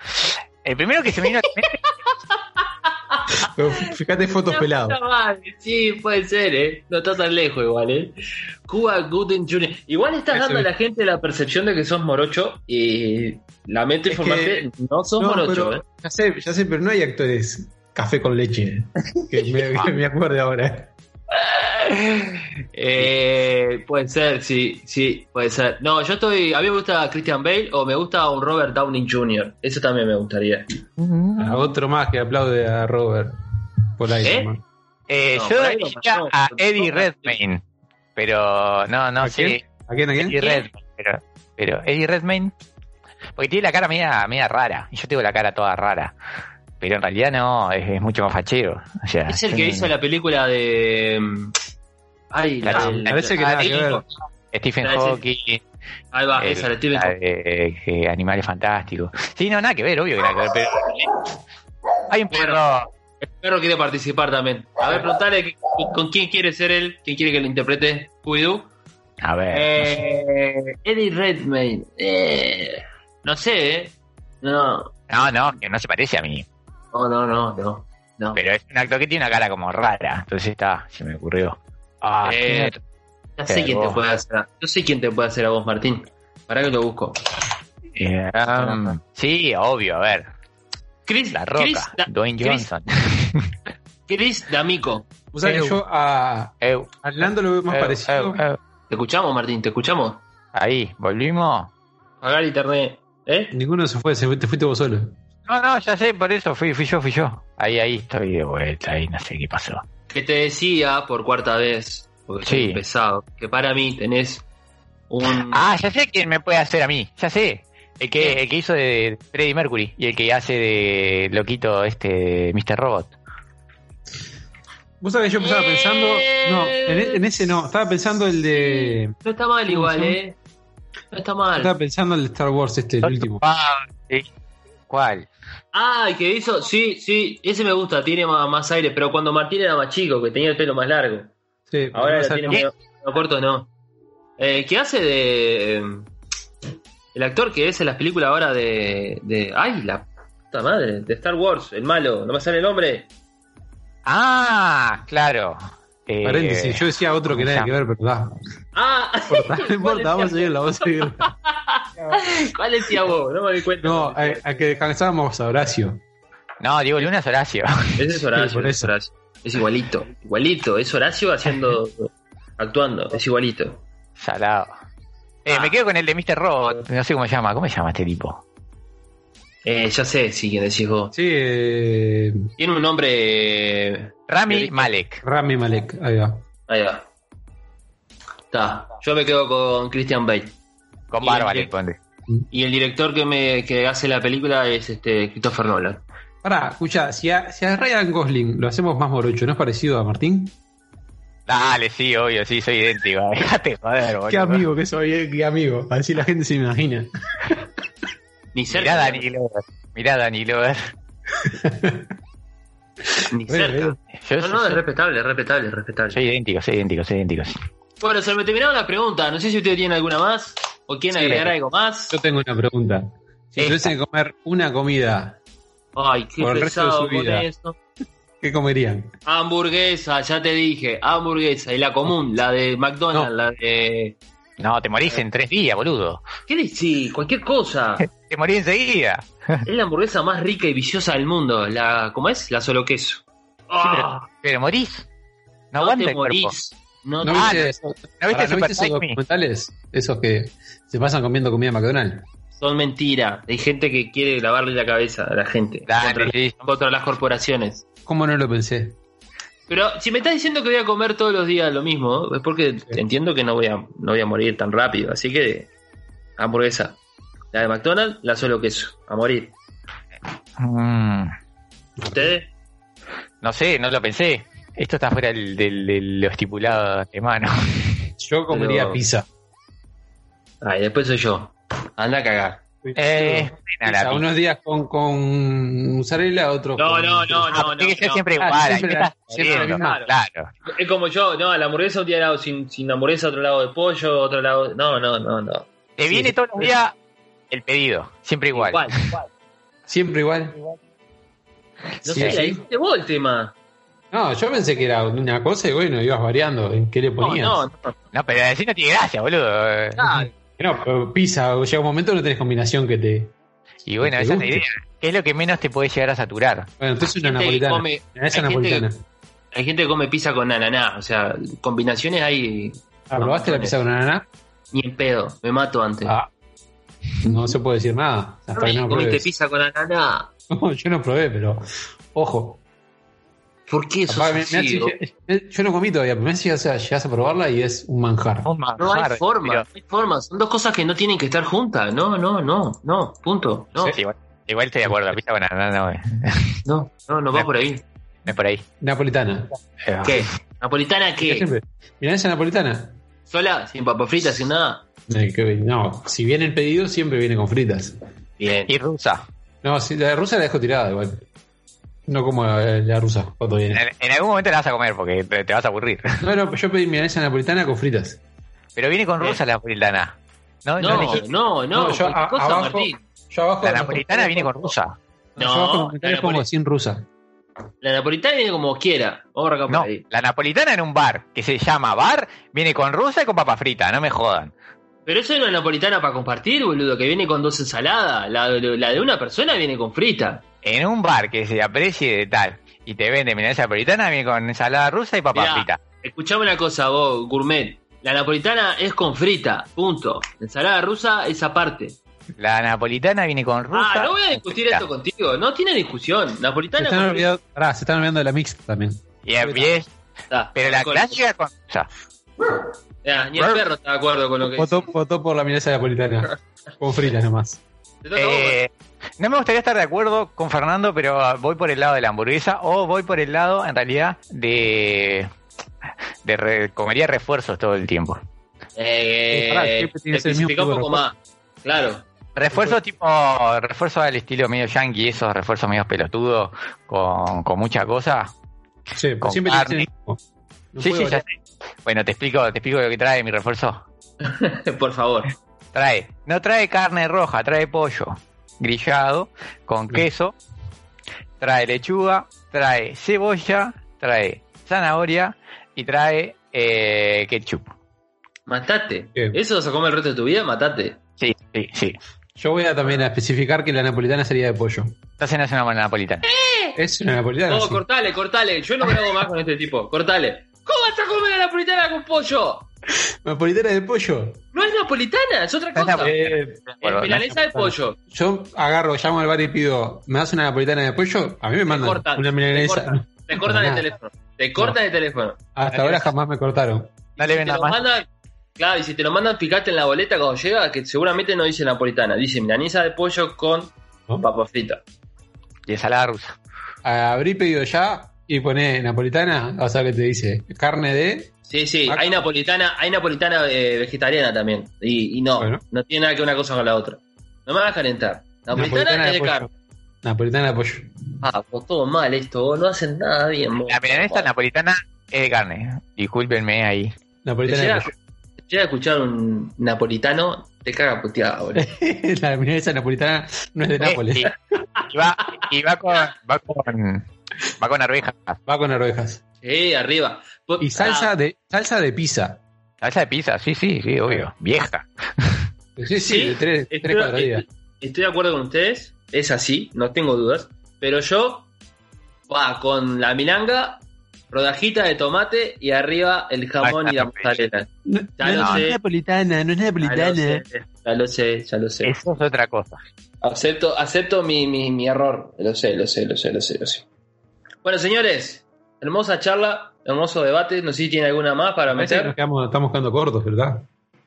B: El primero que se me vino a la mente
A: Pero fíjate fotos
C: La
A: pelados.
C: puta madre, Sí, puede ser, ¿eh? No está tan lejos igual, ¿eh? Cuba Gooden Jr. Igual estás
A: Eso
C: dando
A: es.
C: a la gente la percepción de que sos morocho y lamento
A: Es
C: informarte, no sos
A: No,
C: morocho,
A: pero-
C: ¿eh?
A: Ya sé, ya sé, pero no hay actores café con leche. Que me, que me acuerde ahora.
C: Eh, Puede ser, sí, sí, puede ser. No, yo estoy... A mí me gusta Christian Bale o me gusta un Robert Downey Jr. Eso también me gustaría.
A: A otro más que aplaude a Robert. Por ahí.
C: ¿Eh?
A: nomás.
B: Eh,
C: No,
B: yo
C: por ahí lo
B: diría
C: pasó.
B: a Eddie Redmayne, pero no, no
A: ¿A
B: sé.
A: ¿A quién, a quién?
B: Eddie Redmayne, pero, pero Eddie Redmayne, porque tiene la cara media, media rara, y yo tengo la cara toda rara. pero en realidad no, es, es mucho más fachero. O sea,
C: Es el
B: yo
C: que
B: no-
C: hizo la película de. mm, Ay, la,
B: La-
C: del-
A: Parece que
C: ah,
A: nada que
C: Hitchcock.
A: ver.
B: Stephen
C: la-
B: Hawking,
C: Ahí va,
B: el-
C: esa, la Steven
B: la de- que Animales Fantásticos. Sí, no, nada que ver, obvio que nada que ver, pero... Hay un perro...
C: El perro quiere participar también. A ver, preguntale que- con quién quiere ser él, quién quiere que lo interprete Scooby-Doo.
B: A ver,
C: Eh, Eddie Redmayne. Eh, no sé, ¿eh? No,
B: no, no, que no se parece a mí,
C: no, no, no. no, no.
B: pero es un actor que tiene una cara como rara, entonces está, se me ocurrió. Ah,
C: Eh, ya sé
B: pero
C: quién te
B: vos.
C: puede hacer. a- Yo sé quién te puede hacer a vos, Martín. Para que lo busco.
B: eh, um, sí, obvio, a ver,
C: Chris
B: La Roca,
C: Chris, Da-
B: Dwayne
C: Chris-
B: Johnson.
C: Chris D'Amico.
A: O sea que
B: Eu.
A: yo a,
B: Eu,
A: a Lando lo veo más
B: eu,
A: parecido.
B: eu, eu.
C: ¿Te escuchamos, Martín? ¿Te escuchamos?
B: Ahí, volvimos.
C: Pagar internet. ¿Eh?
A: Ninguno se fue, se fue- te fuiste vos solo.
B: No, no, ya sé, por eso fui, fui yo, fui yo. Ahí, ahí estoy de vuelta, ahí no sé qué pasó.
C: Que te decía por cuarta vez, porque
B: Sí.
C: estoy pesado, que para mí tenés un.
B: Ah, ya sé quién me puede hacer a mí, ya sé. El que, el que hizo de Freddie Mercury y el que hace de loquito este Mr. Robot.
A: Vos sabés, yo estaba pensando. No, en, e- en ese no. Estaba pensando el de.
C: No está mal igual,
A: Sí.
C: ¿eh? No está mal.
A: Estaba pensando el de Star Wars, este, el último.
B: Ah, sí. ¿Cuál?
C: Ah, el que hizo. Sí, sí, ese me gusta, tiene más, más aire, pero cuando Martín era más chico, que tenía el pelo más largo.
A: Sí,
C: Ahora
A: no
C: lo
A: sé-
C: tiene
B: ¿Qué?
C: medio, medio corto, no. Eh, ¿Qué hace de. eh, El actor que es en las películas ahora de. de ¡Ay, la puta madre! De Star Wars, el malo, no me sale el nombre.
B: Ah, claro. Eh,
A: Paréntesis, yo decía otro que nada que ver, pero da. No
C: ¡Ah!
A: importa, no importa, vamos a seguirla, vamos a seguirla.
C: ¿Cuál decía vos? No me di cuenta.
A: No, eh, a, a que descansábamos a Horacio.
B: No, Diego Luna es Horacio.
C: Ese es
A: Sí,
C: Horacio,
A: por
C: ese es
A: eso.
C: Horacio. Es igualito, igualito. Es Horacio haciendo. actuando, es igualito.
B: Salado. Eh,
C: Ah.
B: Me quedo con el de Mr. Robot. No sé cómo se llama. ¿Cómo se llama este tipo?
C: Eh, ya sé, sí, quién decís vos.
A: Sí, eh,
C: Tiene un nombre. eh,
B: Rami
C: Fiorito.
B: Malek.
A: Rami Malek, ahí va.
C: Ahí va. Está. Yo me quedo con Christian Bale.
B: Con
C: Y
B: barba
C: el-
B: le pone.
C: Y el director que me que hace la película es este Christopher Nolan.
A: Pará, escucha, si a, si a Ryan Gosling lo hacemos más morocho, ¿no es parecido a Martín?
B: Dale, sí, obvio, sí, soy idéntico. Déjate joder, boludo.
A: Qué amigo que soy, eh, qué amigo. Así la gente se imagina.
C: Ni
B: Mirá
C: cerca. eh,
B: a Dani Lover. Mirá a Dani Lover.
C: Ni
A: Re, re.
C: cerca.
B: Yo soy-
C: No, no, es
B: soy,
C: respetable, es respetable, es respetable.
B: soy idéntico, soy idéntico, soy idéntico. sí.
C: Bueno, se me terminaron las preguntas. No sé si ustedes tienen alguna más o quieren
A: Sí.
C: agregar algo más.
A: Yo tengo una pregunta. Si
B: Esta.
A: tuviesen que comer una comida,
C: Ay, qué
A: Por el resto de
C: pesado
A: su
C: con
A: vida.
C: eso.
A: ¿qué comerían?
C: Hamburguesa, ya te dije, hamburguesa. Y la común, la de McDonald's,
A: No.
C: la de.
B: No, te morís en tres días, boludo.
C: ¿Qué decís? Cualquier cosa.
B: Te morís enseguida.
C: es la hamburguesa más rica y viciosa del mundo. La, ¿Cómo es? La solo queso. Ah,
B: Pero morís. No
C: no
B: aguanta
C: te
B: el cuerpo.
C: morís. No,
A: ¿No
C: te-
A: viste, esos-
B: ¿No viste
A: pará, ¿no
B: Super
A: viste esos
B: Size Me?
A: documentales? Esos que se pasan comiendo comida McDonald's.
C: son mentiras. Hay gente que quiere lavarle la cabeza a la gente.
B: Dale,
C: contra,
B: sí.
C: contra las corporaciones.
A: ¿Cómo no lo pensé?
C: Pero si me estás diciendo que voy a comer todos los días lo mismo, es porque entiendo que no voy a, no voy a morir tan rápido. Así que, hamburguesa. La de McDonald's, la solo queso. A morir.
B: Mm,
C: ¿Ustedes?
B: no sé, no lo pensé. Esto está fuera del, del- de lo estipulado de mano.
A: Yo comería
C: Pero-
A: pizza.
C: Ay, después soy yo. Anda a cagar.
B: Eh,
A: Pizza,
B: buena la pizza.
A: unos días con, con mozzarella, otros
C: No,
A: con-
C: no, no,
B: Ah,
C: no.
B: tiene que ser
C: no.
B: siempre
A: Ah,
B: igual.
A: siempre
B: ahí
A: la-
B: estás
A: siempre la
B: jodiendo,
A: misma.
B: claro.
C: Es como yo, no, la hamburguesa un día lado sin, sin hamburguesa, otro lado de pollo, otro lado. No, no, no, no.
B: Te viene todos los días el pedido, siempre igual.
A: Siempre igual.
C: No
A: Sí,
C: sé,
A: sí.
C: ahí te vos el tema.
A: No, yo pensé que era una cosa y bueno, ibas variando en qué le
C: No,
A: ponías.
C: no, no.
B: No, pero así no tiene gracia, boludo. Eh,
C: Ah,
A: No, pero pizza, llega un momento que no tenés combinación que te.
B: Y bueno,
A: que
B: esa es la
A: guste.
B: idea. ¿Qué es lo que menos te puede llegar a saturar?
A: Bueno, entonces una
C: gente que
A: napolitana.
C: come-
A: esa
C: hay gente que-
A: napolitana.
C: Hay gente que come pizza con ananá, o sea, combinaciones hay
A: Ah, ¿Probaste la pizza con ananá?
C: ni en pedo, me mato antes.
A: Ah. No se puede decir nada. Hasta que
C: Ay,
A: no pues.
C: ¿Comiste
A: pruebes.
C: pizza con ananá?
A: No, yo no probé, pero. Ojo.
C: ¿Por qué eso
A: Capaz me- me hace- me- yo no comí todavía, pero me hace, o sea, llegas a probarla y es un manjar.
B: Un manjar,
C: No hay forma,
B: pero-
C: no hay forma. Son dos cosas que no tienen que estar juntas. No, no, no, no, punto. No.
B: Sí, bueno, Igual estoy de acuerdo, la pizza buena no, no, eh,
C: No, no, no va por ahí.
B: no es por ahí.
A: Napolitana.
B: Eh,
C: ¿Qué? ¿Napolitana
A: Yo
C: qué?
A: siempre. Milanesa napolitana.
C: ¿Sola? ¿Sin papas fritas? ¿Sin nada?
A: Eh, que- No, si viene el pedido, siempre viene con fritas.
C: Bien.
B: Y rusa.
A: No, si la rusa la dejo tirada igual. No como la, la rusa cuando
B: En,
A: viene.
B: en algún momento la vas a comer porque te, te vas a aburrir.
A: No, no, yo pedí milanesa napolitana con fritas.
B: Pero viene con rusa la napolitana. No, no,
C: No,
B: dijiste.
C: no, no.
A: yo
C: cualquier
A: a-
C: cosa,
A: abajo-
C: Martín.
A: Yo abajo
B: La
A: de los
B: napolitana
A: comentarios
B: viene con
A: pongo-
B: rusa.
A: yo abajo de los
C: No,
A: comentarios
C: la
A: pongo
C: napoli-
A: sin rusa.
C: la napolitana viene como quiera. Vamos a arrancar por
B: No,
C: ahí.
B: la napolitana en un bar que se llama bar viene con rusa y con papa frita, no me jodan.
C: Pero eso es una napolitana para compartir, boludo, que viene con dos ensaladas. La, de- la de una persona viene con frita.
B: En un bar que se aprecie de tal y te vende milanesa napolitana viene con ensalada rusa y papa
C: Mirá,
B: frita.
C: Escuchame una cosa, vos, gourmet. La napolitana es con frita, punto. La ensalada rusa es aparte.
B: La napolitana viene con rusa.
C: ah, no voy a discutir
B: frita.
C: esto contigo. No tiene discusión.
A: Se
C: Napolitana
A: están,
C: con
A: olvidando, pará, se están olvidando de la mixta también.
B: Y es bien,
C: frita.
B: pero la
C: Con-
B: clásica con rusa.
C: Ah, ni el perro está de acuerdo con lo que dice.
A: Votó, votó por la milanesa napolitana. Con fritas nomás.
C: Te toca a vos,
B: Eh, no me gustaría estar de acuerdo con Fernando, pero ah, voy por el lado de la hamburguesa o voy por el lado, en realidad, de. de re- comería refuerzos todo el tiempo.
C: Eh,
A: Pará, siempre tiene ese mismo
C: especifica un poco
A: tipo de
C: más. Claro.
B: Refuerzos tipo. refuerzos al estilo medio yankee, esos refuerzos medio pelotudos, con, con mucha cosa.
A: Sí, pero
B: Con
A: siempre tiene que
B: carne.
A: ser el mismo. No
B: sí,
A: puede
B: sí, ya
A: variar.
B: sé. Bueno, te explico, te explico lo que trae mi refuerzo.
C: Por favor.
B: Trae, no trae carne roja, trae pollo grillado con queso, trae lechuga, trae cebolla, trae zanahoria y trae eh, ketchup.
C: Matate.
A: Bien.
C: Eso vas a comer el resto de tu vida, matate.
B: Sí, sí, sí.
A: Yo voy a también a especificar que la napolitana sería de pollo.
B: Entonces no es una buena napolitana.
A: Es una napolitana.
C: No,
A: Ah, sí.
C: cortale, cortale. Yo no me hago más con este tipo. Cortale. ¿Cómo vas a comer a la napolitana con pollo?
A: Napolitana de pollo.
C: No es napolitana, es otra
B: No es
C: cosa.
B: napolitana.
A: Eh,
B: Bueno,
C: Es milanesa de pollo.
A: yo agarro, llamo al bar y pido, ¿me das una napolitana de pollo? A mí me mandan
C: cortan,
A: una
C: Te
A: milanesa.
C: cortan, te cortan el
A: Nada.
C: teléfono. Te cortan el teléfono.
A: Hasta ahora jamás me cortaron.
B: No le
C: Si
B: ven
C: te
B: nada
C: lo
B: más.
C: mandan, claro, y si te lo mandan, fijate en la boleta cuando llega, que seguramente no dice napolitana. Dice milanesa de pollo con
A: ¿No?
C: papa frita.
B: Y ensalada rusa.
A: Abrí pedido ya y poné napolitana, o sea que te dice carne de.
C: Sí, sí,
A: Acá.
C: hay napolitana, hay napolitana eh, vegetariana también. Y, y no,
A: Bueno.
C: no tiene nada que una cosa con la otra. No me vas a calentar. Napolitana, es de
A: pollo.
C: carne.
A: Napolitana de pollo.
C: Ah, pues todo mal esto, vos, no hacen nada bien. vos.
B: La milanesa napolitana es de carne. Discúlpenme ahí.
A: Napolitana
C: Te
A: de
C: llega- te llega a escuchar un napolitano, te caga puteada, boludo.
A: pollo. la milanesa napolitana no es de
C: Este.
B: Eh,
A: Nápoles.
B: y, y va, y va con, va con, va con arvejas.
A: Va con arvejas.
C: Sí, Eh, arriba. Po-
A: Y salsa
C: Ah,
A: de salsa de pizza.
B: Salsa de pizza, sí, sí, sí, obvio. Vieja.
A: Sí, sí,
C: Sí, Este
A: de tres,
C: estoy,
A: tres cuatro días.
C: estoy de acuerdo con ustedes, es así, no tengo dudas. Pero yo, va con la milanga, rodajita de tomate y arriba el jamón
B: Ah,
C: y la
B: no,
C: mozzarella.
A: No,
C: Ya lo sé.
A: napolitana, no es
C: Ya lo sé, ya lo sé, ya lo sé.
B: Eso es otra cosa.
C: Acepto, acepto mi, mi, mi error. Lo sé, lo sé, lo sé, lo sé, lo sé. Bueno, señores, hermosa charla, hermoso debate. No sé si tiene alguna más para
A: Parece que nos
C: meter.
A: quedamos- estamos quedando cortos, ¿verdad?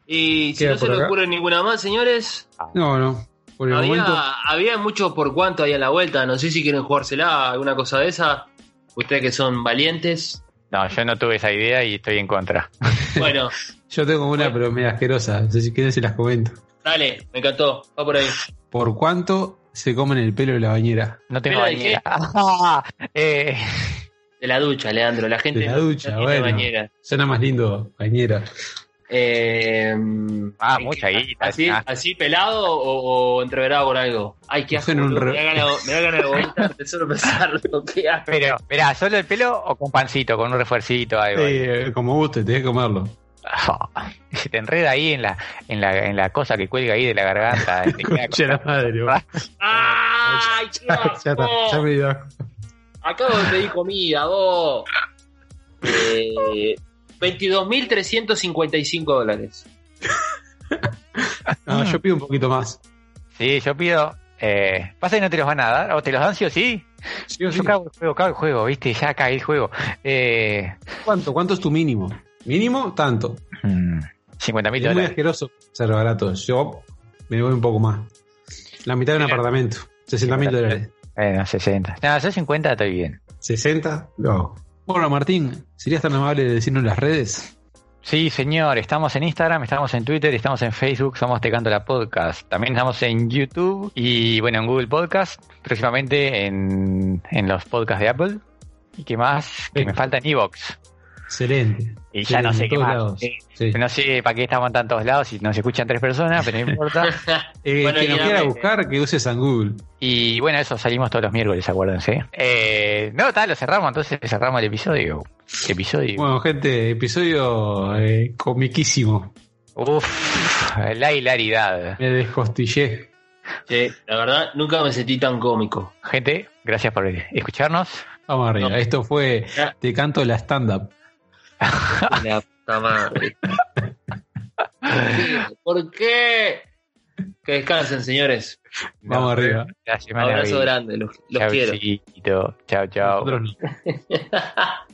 C: Y si
A: Queda
C: no se
A: por
C: le
A: acá.
C: ocurre ninguna más, señores,
A: No, no. Por el momento.
C: había, había mucho por cuánto ahí a la vuelta. No sé si quieren jugársela, alguna cosa de esa. Ustedes que son valientes.
B: No, yo no tuve esa idea y estoy en contra.
C: Bueno,
A: Yo tengo una,
C: Bueno.
A: pero medio asquerosa. No sé si quieren se las comento.
C: dale, me encantó. Va por ahí.
A: ¿Por cuánto se comen el pelo de la bañera?
B: No tengo
C: ¿Pero de
B: bañera. Ah, eh,
C: De la ducha, Leandro. La gente
A: De la
C: no- no
A: ducha,
C: tiene
A: bueno.
C: bañera.
A: Suena más lindo, bañera.
C: Eh,
B: ah, mucha guita.
C: ¿Así,
B: ah,
C: así pelado o, o entreverado por algo? Ay, qué asco.
A: Hacen un
C: boludo,
A: re-
C: Me da ganas me da ganas de vomitar de solo pensarlo. Qué asco.
B: Pero, verá, ¿solo el pelo o con pancito, con un refuercito? Algo,
A: Eh, como guste, tenés que comerlo.
B: Ah, se te enreda ahí en la, en la, en la cosa que cuelga ahí de la garganta. te queda
A: Concha la madre. boludo.
C: ¡Ay, qué
A: Ah, ya está, ya
C: asco!
A: me dio asco.
C: Acabo de pedir comida, vos. Eh, 22.355 dólares.
A: No, yo pido un poquito más.
B: con- Sí, yo pido. Eh, pasa que no te los van a dar, o te los dan sí o sí.
A: Sí o sí.
B: Yo cago el juego, cago el juego, viste, ya caí el juego. Eh,
A: ¿Cuánto? ¿Cuánto es tu mínimo? Mínimo, tanto.
B: mm, 50 mil
A: Es muy
B: dólares.
A: asqueroso ser barato. Yo me voy un poco más. La mitad de un apartamento. 60 mil dólares.
B: Bueno, 60. Eh, No, yo 50 estoy bien.
A: 60, no. Bueno, Martín, ¿serías tan amable de decirnos las redes?
B: Sí, señor, estamos en Instagram, estamos en Twitter, estamos en Facebook, somos Te Canto la Podcast. También estamos en YouTube y, bueno, en Google Podcast, próximamente en, en los podcasts de Apple. ¿Y qué más? Que me falta en Evox.
A: Excelente.
B: Y ya no
A: En
B: sé qué
A: todos
B: más.
A: lados.
B: Eh,
A: Sí.
B: No sé para qué estamos en tantos lados si nos escuchan tres personas, pero no importa.
A: Eh,
C: Bueno,
A: quien
C: y
A: nos
C: nada,
A: quiera
C: eh.
A: buscar, que use San Google.
B: Y bueno, eso salimos todos los miércoles, acuérdense. Eh, no, tal, lo cerramos, entonces cerramos el episodio. Episodio.
A: Bueno, gente, episodio eh, comiquísimo.
B: Uf, la hilaridad.
A: Me descostillé.
C: Sí, la verdad, nunca me sentí tan cómico.
B: Gente, gracias por escucharnos.
A: Vamos arriba.
C: No.
A: Esto fue
C: Ya.
A: Te canto la stand-up.
C: La puta madre. ¿Por qué? Que descansen, señores.
A: Vamos arriba.
B: La semana
C: Abrazo
B: que-
C: grande, los, los quiero.
B: Chaucito. Chau, chau.
A: Nosotros no.
C: Yeah.